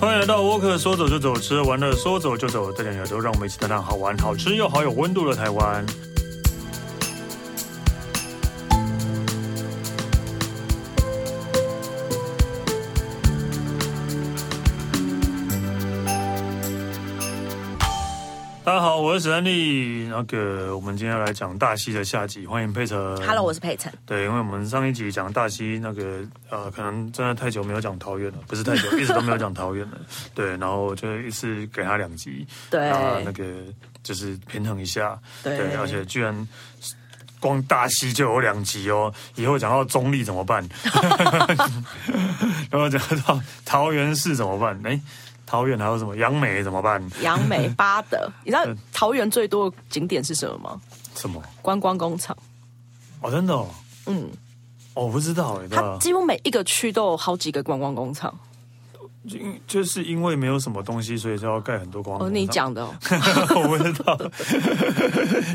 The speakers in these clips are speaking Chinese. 欢迎来到沃克，说走就走，吃玩乐说走就走，这两个都让我们一起探探好玩、好吃又好有温度的台湾。大家好，我是史丹利。那个，我们今天要来讲大溪的下集，欢迎佩晨。 Hello，我是佩晨。对，因为我们上一集讲大溪那个呃，可能真的太久没有讲桃园了，不是太 久，一直都没有讲桃园了。对，然后就一次给他两集，啊对那那个就是平衡一下。对而且居然光大溪就有两集哦，以后讲到中立怎么办？ 然后讲到桃园市怎么办？哎，桃园还有什么？杨梅怎么办？杨 梅、巴德，你知道桃园最多的景点是什么吗？什么？观光工厂，哦，真的哦，嗯，哦，我不知道哎，对它吧？几乎每一个区都有好几个观光工厂。就就是因为没有什么东西，所以就要盖很多光。哦，你讲的 哦， 我不知道，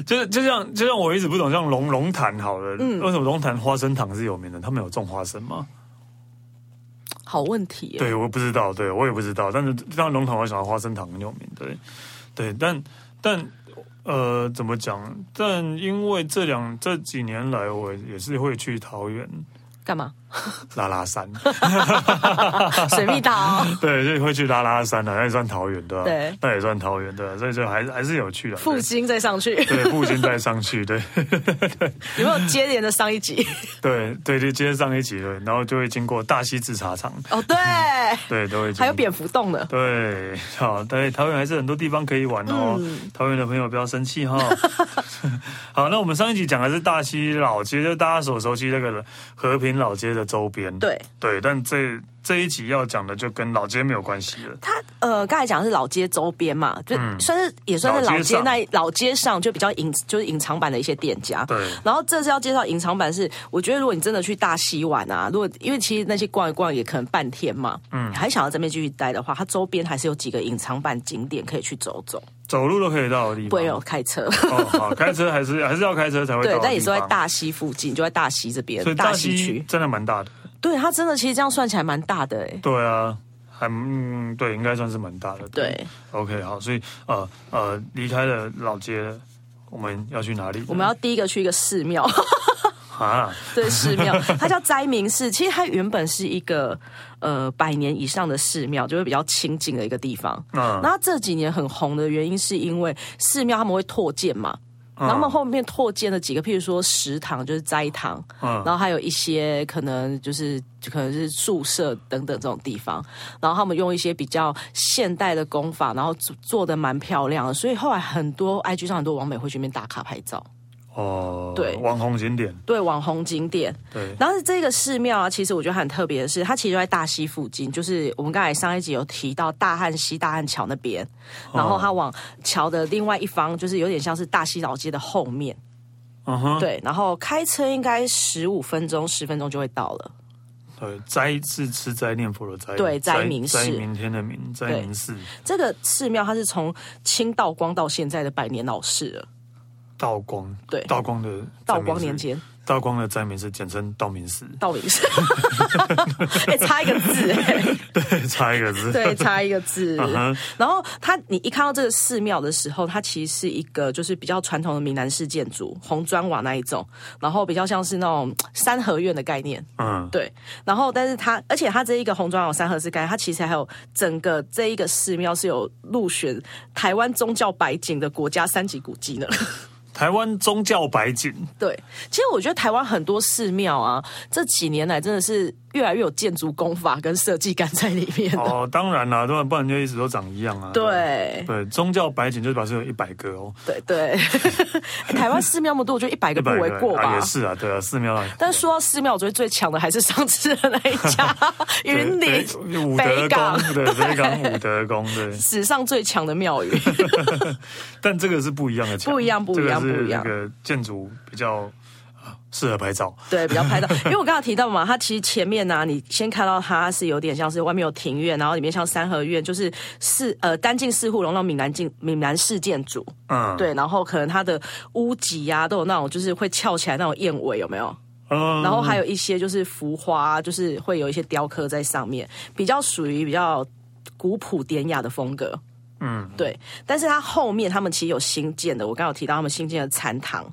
就是就像就像我一直不懂，像龙龙潭好了，为什么龙潭花生糖是有名的？他们有种花生吗？好问题耶。对，我不知道，对我也不知道。但是像龙潭，我想到花生糖很有名，对对，但但呃，怎么讲？但因为这两这几年来，我也是会去桃园干嘛？拉拉山，水蜜桃、 对，就会去拉拉山啊，那也算桃园对吧？对那也算桃园对吧？啊所以就还是还是有去的。啊复兴再上去，对，步行再上去，对。有没有接连的上一集？ 对对，就接上一集了，然后就会经过大溪制茶厂，哦，对，对，都会经 还有蝙蝠洞呢。对，好，对，桃园还是很多地方可以玩哦。嗯桃园的朋友不要生气哈、 好，那我们上一集讲的是大溪老街，就大家所熟悉那个和平老街的周边。对对，但这这一集要讲的就跟老街没有关系了。它呃，刚才讲的是老街周边嘛，就算是、也算是老嗯老街街上那一老街上就比较隐就是隐藏版的一些店家。对然后这次要介绍隐藏版是，我觉得如果你真的去大溪玩啊，如果因为其实那些逛一逛也可能半天嘛，嗯，还想要这边继续待的话，它周边还是有几个隐藏版景点可以去走走，走路都可以到的地方。不会有开车。哦，好，开车还是还是要开车才 会到的对地方。，但也是在大溪附近，就在大溪这边所以，大大溪溪区。真的蛮大的。对，它真的其实这样算起来蛮大的哎。对啊，还嗯，对，应该算是蛮大的。对， OK，好，所以呃呃，离开了老街了，我们要去哪里呢？我们要第一个去一个寺庙， 啊，对，寺 庙，它叫斋明寺。其实它原本是一个呃百年以上的寺庙，就是比较清静的一个地方。嗯，那这几年很红的原因，是因为寺庙他们会拓建嘛，嗯然后他们后面拓建了几个，譬如说食堂就是斋堂，嗯然后还有一些可能就是就可能是宿舍等等这种地方，然后他们用一些比较现代的工法，然后做做的蛮漂亮的，所以后来很多 IG 上很多网美会去那边打卡拍照，哦，对网红景点，对网红景点。对，然后这个寺庙啊，其实我觉得很特别的是，它其实就在大溪附近，就是我们刚才上一集有提到大汉溪、大汉桥那边，哦然后它往桥的另外一方，就是有点像是大溪老街的后面。嗯哼，对，然后开车应该十五分钟、十分钟就会到了。对，斋是吃斋念佛的斋，对斋明寺斋明天的明，斋明寺这个寺庙它是从清道光到现在的百年老寺了，道光，对道光的道光斋明年寺，间，道光的斋明寺简称道明 寺，道明寺，哎、差一个字、哎，对，差一个字，对，差一个字。 嗯哼，然后它，你一看到这个寺庙的时候，它其实是一个就是比较传统的闽南式建筑，红砖瓦那一种，然后比较像是那种三合院的概念，嗯，对。然后，但是它，而且它这一个红砖瓦三合式概念，它其实还有整个这一个寺庙是有入选台湾宗教百景的国家三级古迹呢。台湾宗教白景，对，其实我觉得台湾很多寺庙啊，这几年来真的是越来越有建筑工法跟设计感在里面。哦，当然啦，不然不然就一直都长一样啊，对对，宗教白景就表示有一百个哦，对对， 台湾寺庙那么多，我觉得一百个一不百为个过吧。啊，也是啊，对啊，寺庙啊。但说到寺庙，我觉得最强的还是上次的那一家 对 云林对武德北港宫， 对北港武德宫，对，史上最强的庙宇。 但这个是不一样的墙，不一样不一这个样是不一样那个建筑比较啊适合拍照，对，比较拍到，因为我刚刚提到嘛，它其实前面呢、啊你先看到它是有点像是外面有庭院，然后里面像三合院，就是四呃单进四户，容纳闽南进闽南式建筑，嗯，，对，然后可能它的屋脊啊都有那种就是会翘起来那种燕尾，有没有？嗯，然后还有一些就是浮花，就是会有一些雕刻在上面，比较属于比较古朴典雅的风格。嗯，对，但是它后面他们其实有新建的，我刚刚有提到他们新建的禅堂。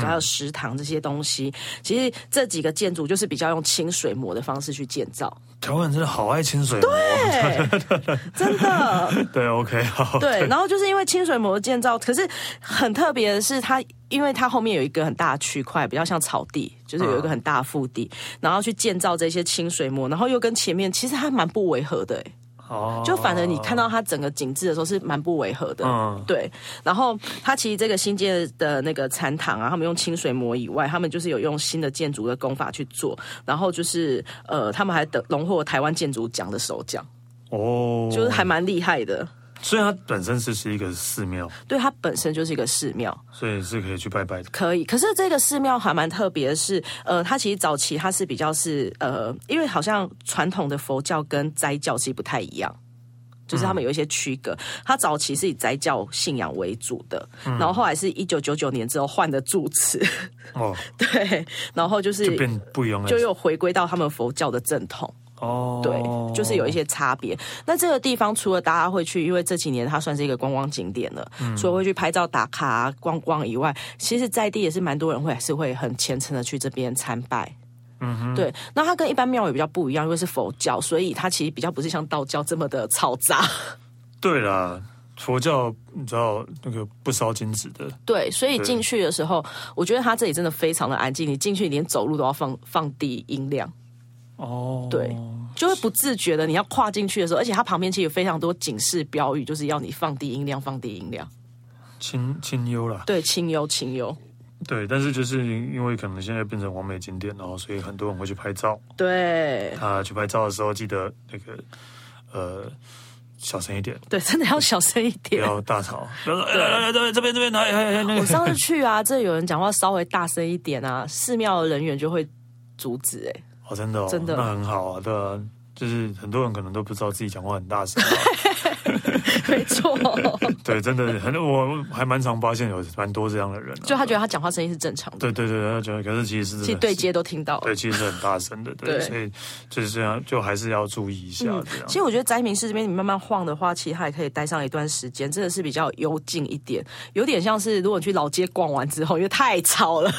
还有食堂这些东西，其实这几个建筑就是比较用清水模的方式去建造，台湾人真的好爱清水模，哦对真的，哦对，OK，好，对，然后就是因为清水模的建造，可是很特别的是它。因为它后面有一个很大的区块，比较像草地，就是有一个很大的腹地，然后去建造这些清水模，然后又跟前面其实还蛮不违和的、欸，哦，就反而你看到它整个景致的时候是蛮不违和的。嗯对，然后它其实这个新建的那个禅堂啊，他们用清水模以外，他们就是有用新的建筑的工法去做，然后就是呃，他们还得荣获台湾建筑奖的首奖，哦，就是还蛮厉害的。虽然它本身是是一个寺庙，对，它本身就是一个寺庙，所以是可以去拜拜的。可以，可是这个寺庙还蛮特别的是，呃，它其实早期它是比较是呃，因为好像传统的佛教跟斋教其实不太一样。就是他们有一些区隔，它早期是以斋教信仰为主的，嗯然后后来是一九九九年之后换的住持， 哦，对，然后就是就变不一样了。就又回归到他们佛教的正统，哦，对，就是有一些差别。那这个地方除了大家会去，因为这几年它算是一个观光景点了，所以会去拍照打卡、观光以外，其实在地也是蛮多人会还是会很虔诚的去这边参拜。嗯哼，对，那它跟一般庙宇比较不一样，因为是佛教，所以它其实比较不是像道教这么的嘈杂。对啦。佛教你知道那个不烧金纸的，对，所以对进去的时候，我觉得它这里真的非常的安静，你进去连走路都要放放低音量，哦，对就会不自觉的你要跨进去的时候，而且它旁边其实有非常多警示标语，就是要你放低音量，放低音量。清清幽啦，对，清幽清幽，对，但是就是因为可能现在变成完美景点，然后所以很多人会去拍照。对他去拍照的时候，记得那个呃小声一点，对，真的要小声一不点。要大 吵。不要说哎来来来这边这边这边，哎哎哎，那我个上次去啊，这有人讲话稍微大声一点啊，寺庙的人员就会阻止、欸。哦，真的、哦，真的那很好啊，对啊。就是很多人可能都不知道自己讲话很大声、啊， 哎， 没错，对，真的很，我还蛮常发现有蛮多这样的人、啊， 就他觉得他讲话声音是正常的，对对对，他觉得可是其实是其实对接都听到了对，。其实是很大声的，对，对嗯所以就是这样，就还是要注意一下这样。其实我觉得灾民市这边你慢慢晃的话，其实它也可以待上一段时间，真的是比较幽静一点，有点像是如果你去老街逛完之后，因为太吵了，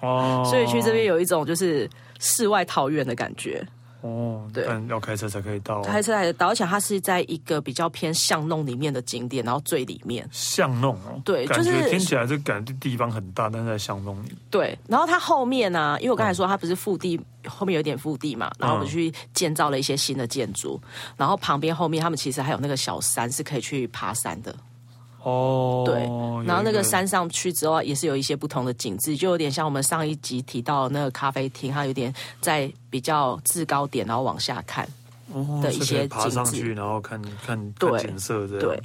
哦，所以去这边有一种就是世外桃源的感觉。哦，对但要开车才可以到啊开车来的岛，而且它是在一个比较偏巷弄里面的景点，然后最里面。巷弄哦，对感就觉是听起来这感觉地方很大，但是在巷弄里，对，然后它后面呢、因为我刚才说它不是腹地，后面有点腹地嘛，嗯然后我们去建造了一些新的建筑，然后旁边后面他们其实还有那个小山是可以去爬山的。哦，对有，一然后那个山上去之后，也是有一些不同的景致，就有点像我们上一集提到的那个咖啡厅，它有点在比较制高点，然后往下看。哦的是一可以些爬上景致去，然后看看看对景色这样。对，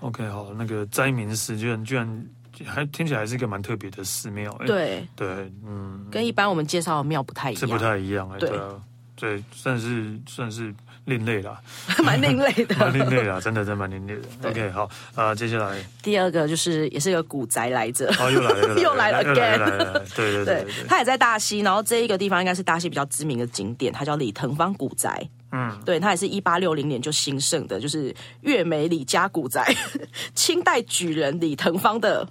OK，好，那个灾民寺居然居然还听起来还是一个蛮特别的寺庙，哎对，对，嗯，跟一般我们介绍的庙不太一这不样，太一样，哎对对啊，对，算是算是另类啦， 蛮另类 蛮的。另类啦，真的真蛮另类的。对 OK，好啊、接下来第二个就是也是个古宅来着。哦，又来了，又来了又来 again 又来了，又来了对对对对对对，，它也在大溪，然后这一个地方应该是大溪比较知名的景点，它叫李腾芳古宅。嗯，对，它也是一八六零年就兴盛的，就是月美李家古宅， 清代举人李腾芳的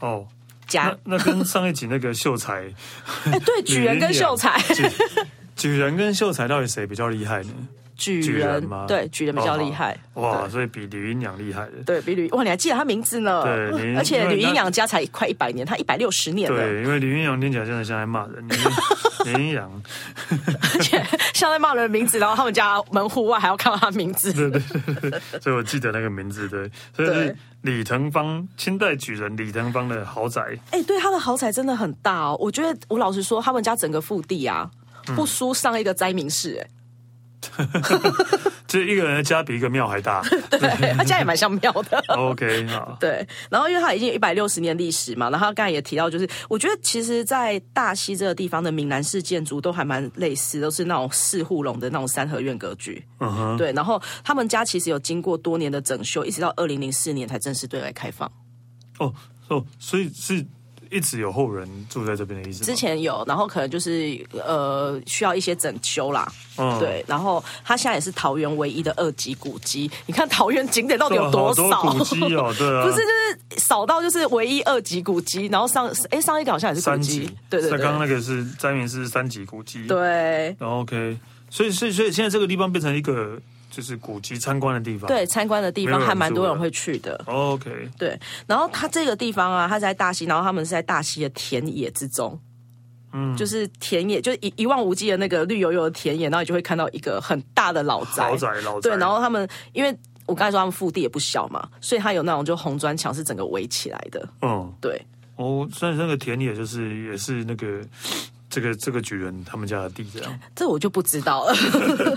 哦，家那。那跟上一集那个秀才。哎，对，举人跟秀才，举举人跟秀才到底谁比较厉害呢？举举人人吗？对举人比较厉害。哦好哇，所以比吕云娘厉害的。对比吕哇，你还记得他名字呢？对吕而且因为吕他阴阳家才快一百年，他一百六十年了，对，因为吕云娘听起来真的像在骂人。吕云 娘， 而且像在骂人的名字，然后他们家门户外还要看到他名字。对对对对，所以我记得那个名字，对，所以是对李腾芳，清代举人李腾芳的豪宅。哎、对，他的豪宅真的很大哦。我觉得我老实说，他们家整个腹地啊，不输上一个灾民室、哎这一个人的家比一个庙还 大。对，哎他家也蛮像庙的。 OK，好，啊对，然后因为它已经有一百六十年历史嘛，然后刚才也提到，就是我觉得其实，在大溪这个地方的闽南式建筑都还蛮类似，都是那种四户笼的那种三合院格局。嗯哼，对，然后他们家其实有经过多年的整修，一直到二零零四年才正式对外开放。哦哦，所以是一直有后人住在这边的意思吗。之前有，然后可能就是呃需要一些整修啦，嗯对。然后它现在也是桃园唯一的二级古迹，你看桃园景点到底对啊有多好少？多古迹 哦，对啊，不是，就是少到就是唯一二级古迹，然后上哎上一个好像也是古三级迹，，对对那刚刚对，那个嗯是詹明是三级古迹，对然后 OK，所以所以所以现在这个地方变成一个就是古迹参观的地方，对，参观的地没有方人还蛮住多人了会去的。 ，OK，对，然后它这个地方啊，它是在大溪，然后他们是在大溪的田野之中，嗯，就是田野，就是一一望无际的那个绿油油的田野，然后你就会看到一个很大的老宅，老宅老宅，对，然后他们因为我刚才说他们腹地也不小嘛，所以它有那种就红砖墙是整个围起来的，嗯，对，哦，所以那个田野就是也是那个这个这个举人他们家的地这样，这我就不知道了。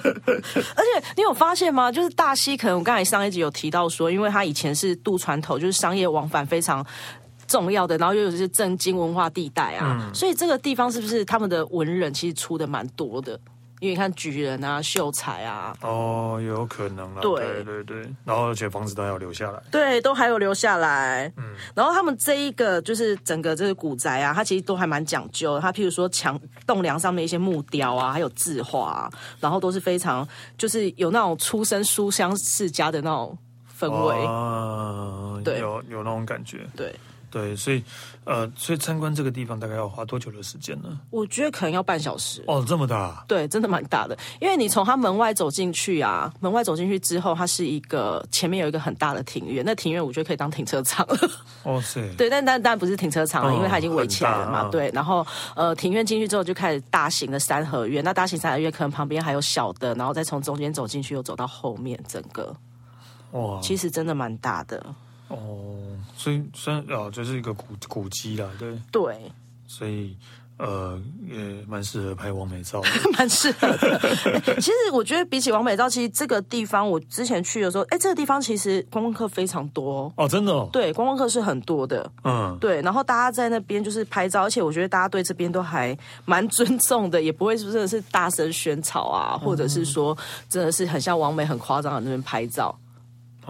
而且你有发现吗？就是大溪，可能我刚才上一集有提到说，因为它以前是渡船头，就是商业往返非常。重要的，然后又有是正经文化地带啊，所以这个地方是不是他们的文人其实出的蛮多的？因为你看举人啊、秀才啊，哦，有可能啦，对对对对，然后而且房子都还要留下来，对，都还有留下来。嗯，然后他们这一个就是整个这个古宅啊，它其实都还蛮讲究的。它譬如说墙栋梁上面一些木雕啊，还有字画、啊，然后都是非常就是有那种出身书香世家的那种氛围。哦啊，对有有那种感觉，对，对，所以呃，所以参观这个地方大概要花多久的时间呢？我觉得可能要半小时。哦，这么大，对，真的蛮大的，因为你从它门外走进去啊，门外走进去之后，它是一个前面有一个很大的庭院，那庭院我觉得可以当停车场了。哇塞，对，但但但不是停车场了，嗯因为它已经围起来了嘛。很大嗯对，然后呃，庭院进去之后就开始大型的三合院，那大型三合院可能旁边还有小的，然后再从中间走进去，又走到后面，整个哇，其实真的蛮大的。哦，所以虽然啊，就是一个古古迹啦，对，对， 所以呃也蛮适合拍完美照的。蛮适合的。其实我觉得比起王美照，其实这个地方我之前去的时候，哎，这个地方其实观光客非常多哦、哦，真的哦，对，观光客是很多的。嗯，对，然后大家在那边就是拍照，而且我觉得大家对这边都还蛮尊重的，也不会是真的是大声喧吵啊，或者是说真的是很像王美很夸张的那边拍照，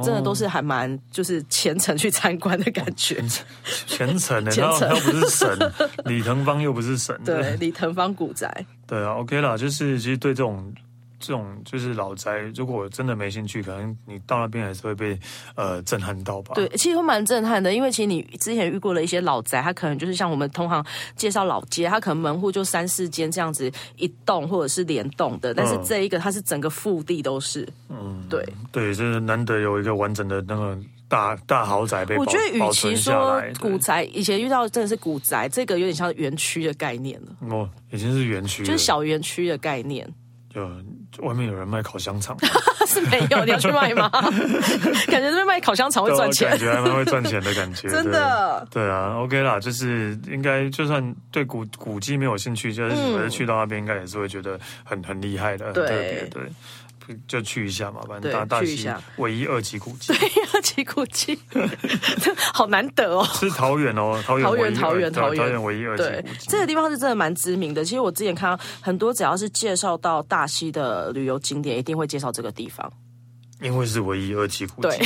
真的都哦是还蛮就是虔诚去参观的感觉。虔诚的，虔他诚他不是神，李腾芳又不是 神，对，李腾芳古宅，对啊，OK 啦，就是其实对这种。这种就是老宅，如果真的没兴趣，可能你到那边还是会被呃震撼到吧。对，其实会蛮震撼的，因为其实你之前遇过的一些老宅，它可能就是像我们通常介绍老街，它可能门户就三四间这样子一栋或者是连栋的，但是嗯这一个它是整个腹地都是，嗯，对。对，就是难得有一个完整的那个大大豪宅被保我觉得，与保其存下说来古对宅，以前遇到真的是古宅，这个有点像园区的概念了，哦，已经是园区了，就是小园区的概念就外面有人卖烤香肠，是没有，你要去卖吗？ 感觉这边卖烤香肠 会赚感钱， 觉还蛮会赚钱的感觉，真的。对。对啊，OK 啦，就是应该就算对古古迹没有兴趣，就是可是去到那边应该也是会觉得很很厉害的，很嗯对特别，对。就去一下嘛，反对正大大去一溪下唯一二级古迹要起古迹， 好难得哦。是桃园 哦，桃园桃园唯一二桃园对啊桃园桃园唯一二级对古，迹这个地方是真的蛮知名的。其实我之前看到很多，只要是介绍到大溪的旅游景点，一定会介绍这个地方。因为是唯一二级古迹对。，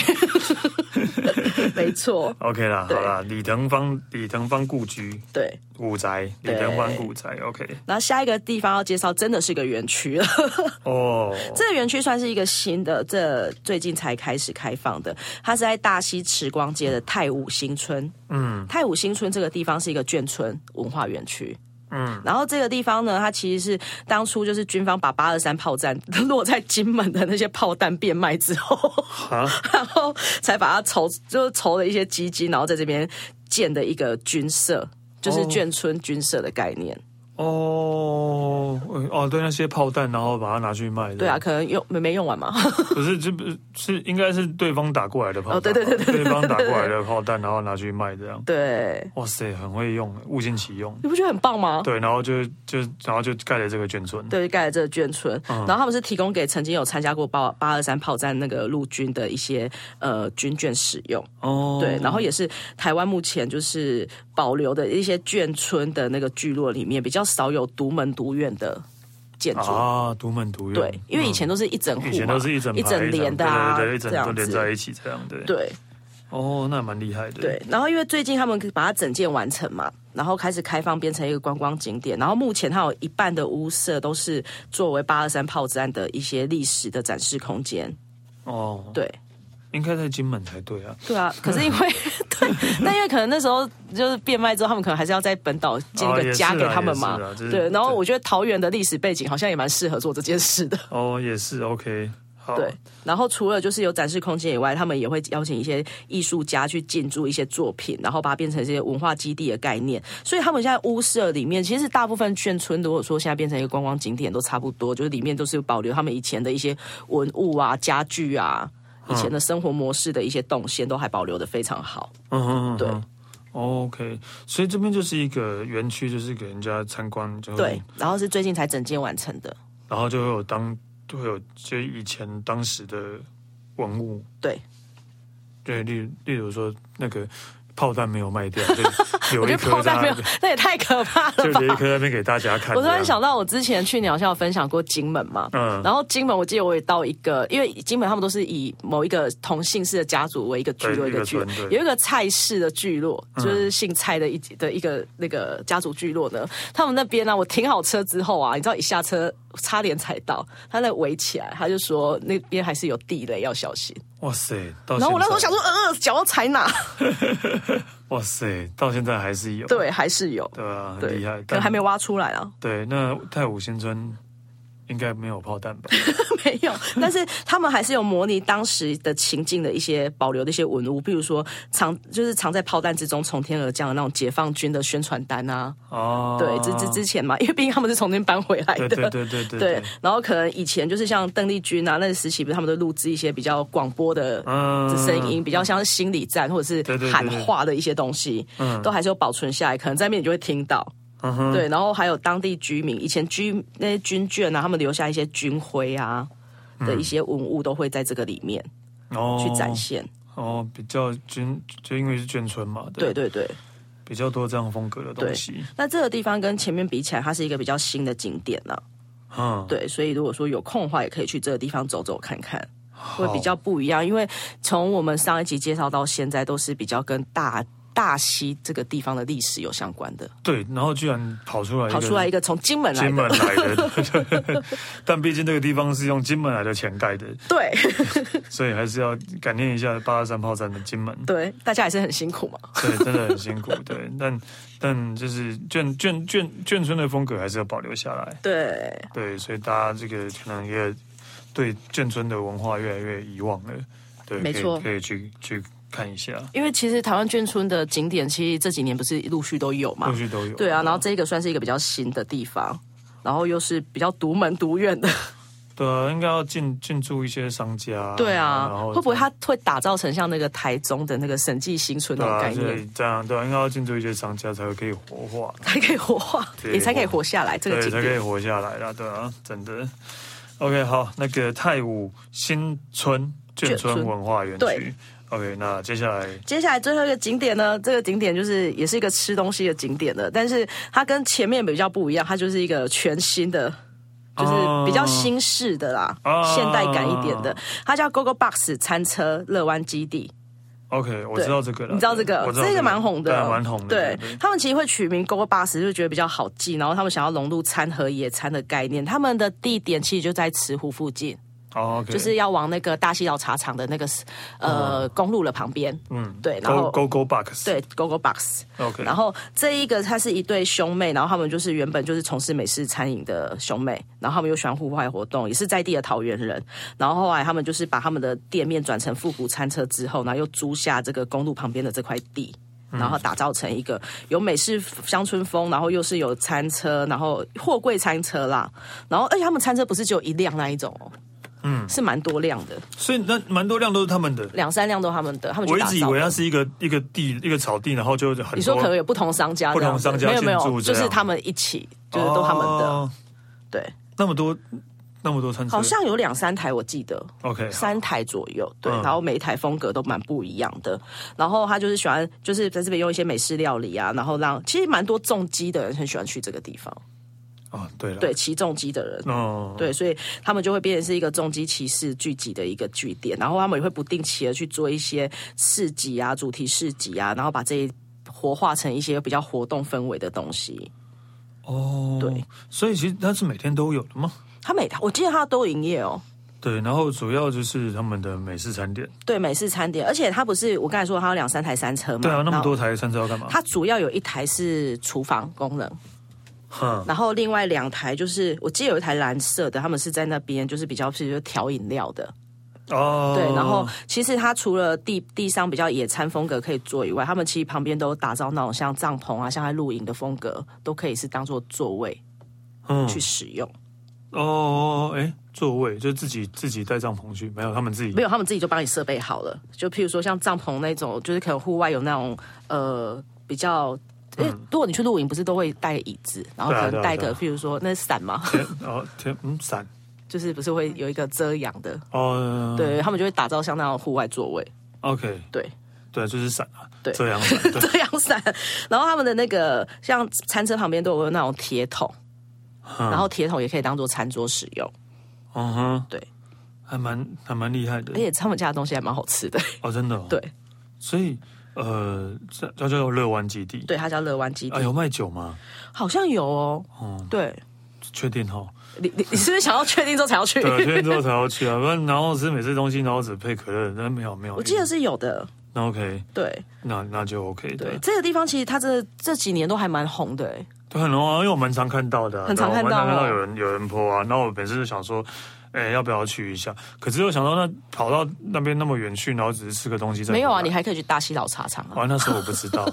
没错， OK 啦，对好啦，李腾芳李腾芳故居对。古宅，李对腾芳古宅，OK 然后下一个地方要介绍，真的是个园区了。 哦，这个园区算是一个新的，这最近才开始开放的。它是在大溪池光街的太武新村。嗯，太武新村这个地方是一个眷村文化园区。嗯，然后这个地方呢，它其实是当初就是军方把八二三炮战 落在金门的那些炮弹变卖之后， 然后才把它筹，就是筹了一些基金，然后在这边建的一个军社，就是哦眷村军社的概念。哦，哦，对，那些炮弹，然后把它拿去卖。对啊，，可能用没没用完嘛。 不是，这不是是应该是对方打过来的炮弹吧，哦对对对对对对方打过来的炮弹，然后拿去卖这样。对，哇塞，很会用，物尽其用。你不觉得很棒吗？对，然后就就然后就盖了这个眷村。对，盖了这个眷村，然后他们是提供给曾经有参加过八八二三炮战那个陆军的一些呃军眷使用，哦，对，然后也是台湾目前就是保留的一些眷村的那个聚落里面比较少有独门独院的建筑，啊，独门独院。对，哦因为以前嗯都是一整户嘛，以前都是一整排一整连的啊，对对对，一这整样都子连在一起这样，对。对。哦，那蛮厉害的。对，然后因为最近他们把它整建完成嘛，然后开始开放变成一个观光景点，然后目前它有一半的屋舍都是作为八二三炮战的一些历史的展示空间。哦，对，应该在金门才对啊。对 啊，可是因为对，但因为可能那时候就是变卖之后，他们可能还是要在本岛建一哦也个是家啊给他们嘛。也是啊就是对，然后我觉得桃园的历史背景好像也蛮适合做这件事的。哦，也是 OK。好，对，然后除了就是有展示空间以外，他们也会邀请一些艺术家去进驻一些作品，然后把它变成一些文化基地的概念。所以他们现在屋舍里面，其实大部分眷村如果说现在变成一个观光景点，都差不多，就是里面都是保留他们以前的一些文物啊、家具啊。以前的生活模式的一些动线都还保留的非常好，嗯哼嗯哼，对哦，OK。所以这边就是一个园区，就是给人家参观，就会对，，然后是最近才整建完成的，然后就会有当就会有就以前当时的文物，对，对，例例如说那个炮弹没有卖 掉，就留我觉一得炮颗在弹没那有边，那也太可怕了就吧！留一颗在那边给大家看。我突然这样，想到，我之前去鸟校分享过金门嘛，嗯，然后金门，我记得我也到一个，因为金门他们都是以某一个同姓氏的家族为一个聚落，对一个聚落一个村对嗯有一个蔡氏的聚落，就是姓蔡的一的一个那个家族聚落呢。他们那边呢、我停好车之后啊，你知道一下车差点踩到，他在围起来，他就说那边还是有地雷，要小心。哇塞，到然后我那时现候在想说，嗯、呃，脚要踩哪？ 哇塞，到现在还是有，对，还是有，对啊，很对厉害，，可但能还没挖出来啊。对。那太武新村应该没有炮弹吧？没有，但是他们还是有模拟当时的情境的一些保留的一些文物，比如说藏就是藏在炮弹之中从天而降的那种解放军的宣传单啊，哦， 对，之之之前嘛， 因为毕竟他们是从那边搬回来的。啊对对对对对对，然后可能以前就是像邓丽君啊，那个时期不是他们都录制一些比较广播的嗯的声音，比较像是心理战或者对对是对喊话的一些东西，都还是有保存下来，可能在面你就会听到。嗯哼对，然后还有当地居民以前居那些军眷啊，他们留下一些军徽啊的一些文物，都会在这个里面哦去展现。哦，比较眷就因为是眷村嘛，对对对，比较多这样风格的东西，那这个地方跟前面比起来，它是一个比较新的景点呢、嗯，对，所以如果说有空的话，也可以去这个地方走走看看。好，会比较不一样，因为从我们上一集介绍到现在，都是比较跟大大溪这个地方的历史有相关的，对，然后居然跑出来一个跑出来一个从金门来金的，门来的， 但毕竟这个地方是用金门来的钱盖的，对 所以还是要感念一下八二三炮战的金 门，对，大家也是很辛苦嘛，对，真的很辛苦，对，但但就是眷眷眷眷村的风格还是要保留下来，对。对，所以大家这个可能也对眷村的文化越来越遗忘了，对，没可以错可以去去看一下，因为其实台湾眷村的景点，其实这几年不是陆续都有嘛陆？续都有，对啊，然后这个算是一个比较新的地方，然后又是比较独门独院的，对啊，应该要进进驻一些商家。对啊然，后会不会它会打造成像那个台中的那个审计新村那对种啊，概就是念？这样，对啊，应该要进驻一些商家才会可以活化，才可以活化，对也才可以活下来这个对，景才可以点。活下来啦，对啊，真的。OK，好，那个泰武新村眷眷村村文化园区对。 OK，那接下来接下来最后一个景点呢，这个景点就是也是一个吃东西的景点了，但是它跟前面比较不一样，它就是一个全新的，就是啊比较新式的啦，哦现代感一点的，它叫 GoGo Box 餐车乐湾基地。 OK，我对知道这个了，你知道这个我，知道这个蛮红的，对，蛮红的，对对他们其实会取名 “Go 巴士”，就觉得比较好记，然后他们想要融入餐和野餐的概念。他们的地点其实就在慈湖附近，哦，OK，就是要往那个大溪老茶厂的那个呃、公路了旁边。嗯，对然，Go 后 Go Go Box，对，Go Go Box， ，OK，然后这一个他是一对兄妹，然后他们就是原本就是从事美式餐饮的兄妹，然后他们又喜欢户外活动，也是在地的桃园人。然后后来他们就是把他们的店面转成复古餐车之后，然后又租下这个公路旁边的这块地。嗯然后打造成一个有美式乡村风，然后又是有餐车，然后货柜餐车啦，然后而且他们餐车不是只有一辆那一种哦，嗯，是蛮多辆的，所以那蛮多量都是他们的。两三辆都他们的，他们去我一打造直以的为它是一个一个地一个草地，然后就很多你说可能有不同商家这样子，不同商家没有没进驻有，这就样是他们一起，就是都他们的，哦对，那么多那么多餐车，好像有两三台我记得。 OK 三台左右，对，嗯然后每一台风格都蛮不一样的。然后他就是喜欢，就是在这边用一些美式料理啊，然后让其实蛮多重机的人很喜欢去这个地方，啊，对了，对起重机的人。哦，对，所以他们就会变成是一个重机骑士聚集的一个据点，然后他们也会不定期的去做一些市集啊、主题市集啊，然后把这一活化成一些比较活动氛围的东西。哦，对，所以其实它是每天都有的嘛。他每我记得他都营业哦，对，然后主要就是他们的美式餐点。对美式餐点，而且他不是我刚才说他有两三台三车嘛，对啊，那么然后多台餐车要干嘛？它主要有一台是厨房功能，哈，然后另外两台就是我记得有一台蓝色的，他们是在那边就是比较是就调饮料的，哦，对。然后其实它除了地地上比较野餐风格可以做以外，他们其实旁边都有打造那种像帐篷啊、像在露营的风格，都可以是当做座位嗯，去使用。哦，哎，座位就自己自己带帐篷去，没有他们自己没有，他们自己就帮你设备好了。就譬如说像帐篷那种，就是可能户外有那种呃比较。因为如果你去露营，不是都会带椅子，然后对啊可嗯对能啊带对啊个，譬如说那是伞嘛，天哦天嗯伞就是不是会有一个遮阳的，哦对他们就会打造像那种户外座位， OK 对，对就是伞啊，对遮阳伞对遮阳伞。然后他们的那个像餐车旁边都有那种铁桶，嗯然后铁桶也可以当做餐桌使用，嗯哼对，还蛮还蛮厉害的而且哎他们家的东西还蛮好吃的。哦真的哦对，所以呃这它叫做乐湾基地对，他叫乐湾基啊地，有卖酒吗？好像有哦。哦对，确定哦哈，你你你是不是想要确定之后才要去？对，确定之后才要去啊，不然然后是每次东西然后只配可乐，那没有没有，我记得是有的。那 OK 对那那就 OK 对，的，这个地方其实它这这几年都还蛮红的哎。对，很容易，因为我蛮常看到的啊、很常对啊看到我蛮常看到哦有人有人泼啊，然后我本身就想说，哎、要不要去一下？可是又想到那跑到那边那么远去，然后只是吃个东西再没有啊，回你来还可以去大溪老茶厂啊，啊那时候我不知 道，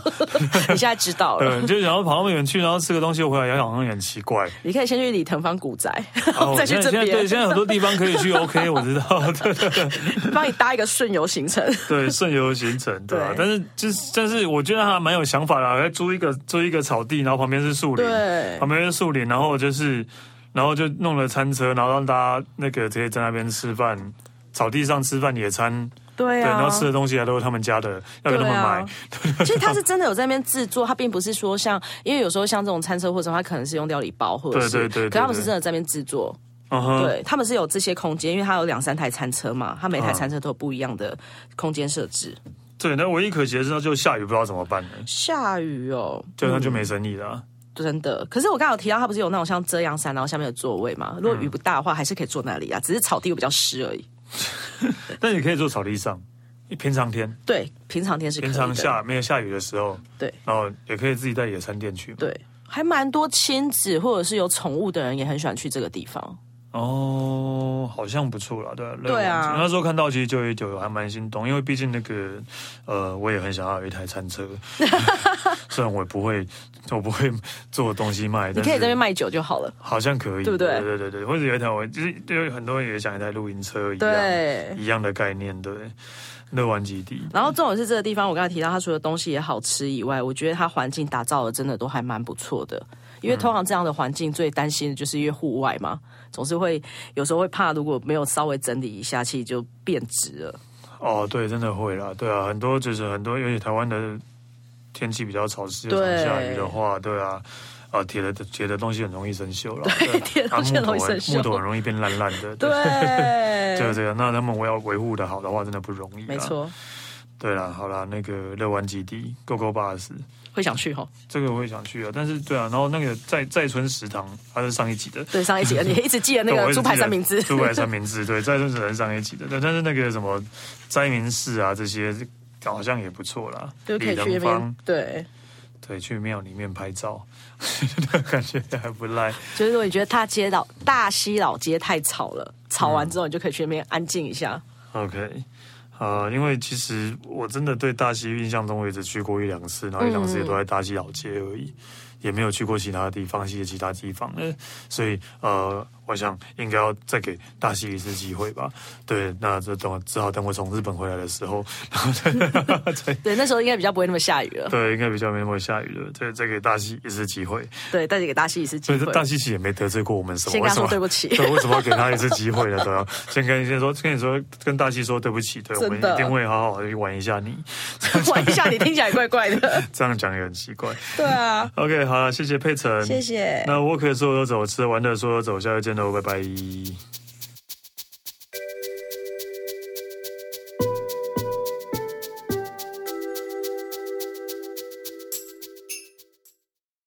你现在知道了。对，就想要跑那么远去，然后吃个东西又回来，好像有点奇怪。你可以先去李腾芳古宅，啊我 再去现在这现在对，边现在很多地方可以去 OK，我知道， 对对对帮你搭一个顺游 行程。对，顺游行 程，对啊。对但是就是，但是我觉得他还蛮有想法的、啊，还租一个租一个草地，然后旁边是树林，对旁边是树林，然后就是，然后就弄了餐车，然后让大家那个直接在那边吃饭，草地上吃饭野餐，对对，啊，然后吃的东西还都是他们家的，要给他们买， 其实他是真的有在那边制作，他并不是说像，因为有时候像这种餐车或者他可能是用料理包或者是，对对对对可他们是真的在那边制作，嗯嗯哼，对他们是有这些空间，因为他有两三台餐车嘛，他每台餐车都有不一样的空间设置。对。那唯一可惜的是，就下雨不知道怎么办呢，下雨哦，就那就没生意了啊、真的。可是我刚刚有提到，它不是有那种像遮阳伞，然后下面有座位嗯嘛？如果雨不大的话，还是可以坐那里啊，只是草地会比较湿而已。但你可以坐草地上，平常天，对，平常天是可以平的常下没有下雨的时候，对然后也可以自己带野餐垫去嘛。对，还蛮多亲子或者是有宠物的人也很喜欢去这个地方。哦，好像不错啦，对啊，对啊那时候看到其实就有就还蛮心动，因为毕竟那个呃，我也很想要有一台餐 车，虽然我不会，我不会做东西卖，你但可以在那边是卖酒就好了。好像可以，对不对对对对，或者有一台我就是就是很多人也想一台露营车一样对，啊一样的概念，对，乐玩基地，然后重点是这个地方，我刚才提到，它除了东西也好吃以外，我觉得它环境打造的真的都还蛮不错的。因为通常这样的环境最担心的就是因为户外嘛，总是会有时候会怕，如果没有稍微整理一下，其实就变质了。哦，对，真的会啦，对啊，很多就是很多，尤其台湾的天气比较潮湿，对常下雨的话，对啊。啊，铁的铁的东西很容易生锈了，对铁的东西啊很容易生锈木头很木头很容易变烂烂 的，对， 对对啊。那他们我要维护的好的话，真的不容易，啊没，错，对啦，好啦，那个六湾基地 GoGo 巴士，会想去吼。这个我也想去啊，但是对啊，然后那个在在村食堂，它是上一集的，对，上一集 你一直记得那我个一直猪记得，排三明治猪排三明治， 对，在村食堂上一集的，对，但是那个什么灾民室啊这些好像也不错啦，就可以去那李登芳边。对，对，去庙里面拍照， 感觉还不赖。就是如果你觉得大街老大溪老街太吵了，吵完之后你就可以去那边安静一嗯下。 OK，呃，因为其实我真的对大溪印象中，我也只去过一两次，然后一两次也都在大溪老街而已，也没有去过其他地方，西的其他地方。呃，所以呃，我想应该要再给大溪一次机会吧。对，那这等我只好等我从日本回来的时候，然后再再。 对，那时候应该比较不会那么下雨了。对，应该比较没那么下雨了。对，再给大溪一次机会。对，但是给大溪一次机所以会。大溪其实也没得罪过我们什么，先跟他说为什么对不起 对，为什么要给他一次机会呢？对吧、先跟先说，跟你说，跟大溪说对不起，对，我真们的一定会好好的玩一下你。 玩一下，你听起来怪怪的。 这样讲也很奇怪。对啊， OK，好了，谢谢佩岑，谢谢。那我可以说走就走，吃玩的说走走，下回见喽，拜拜。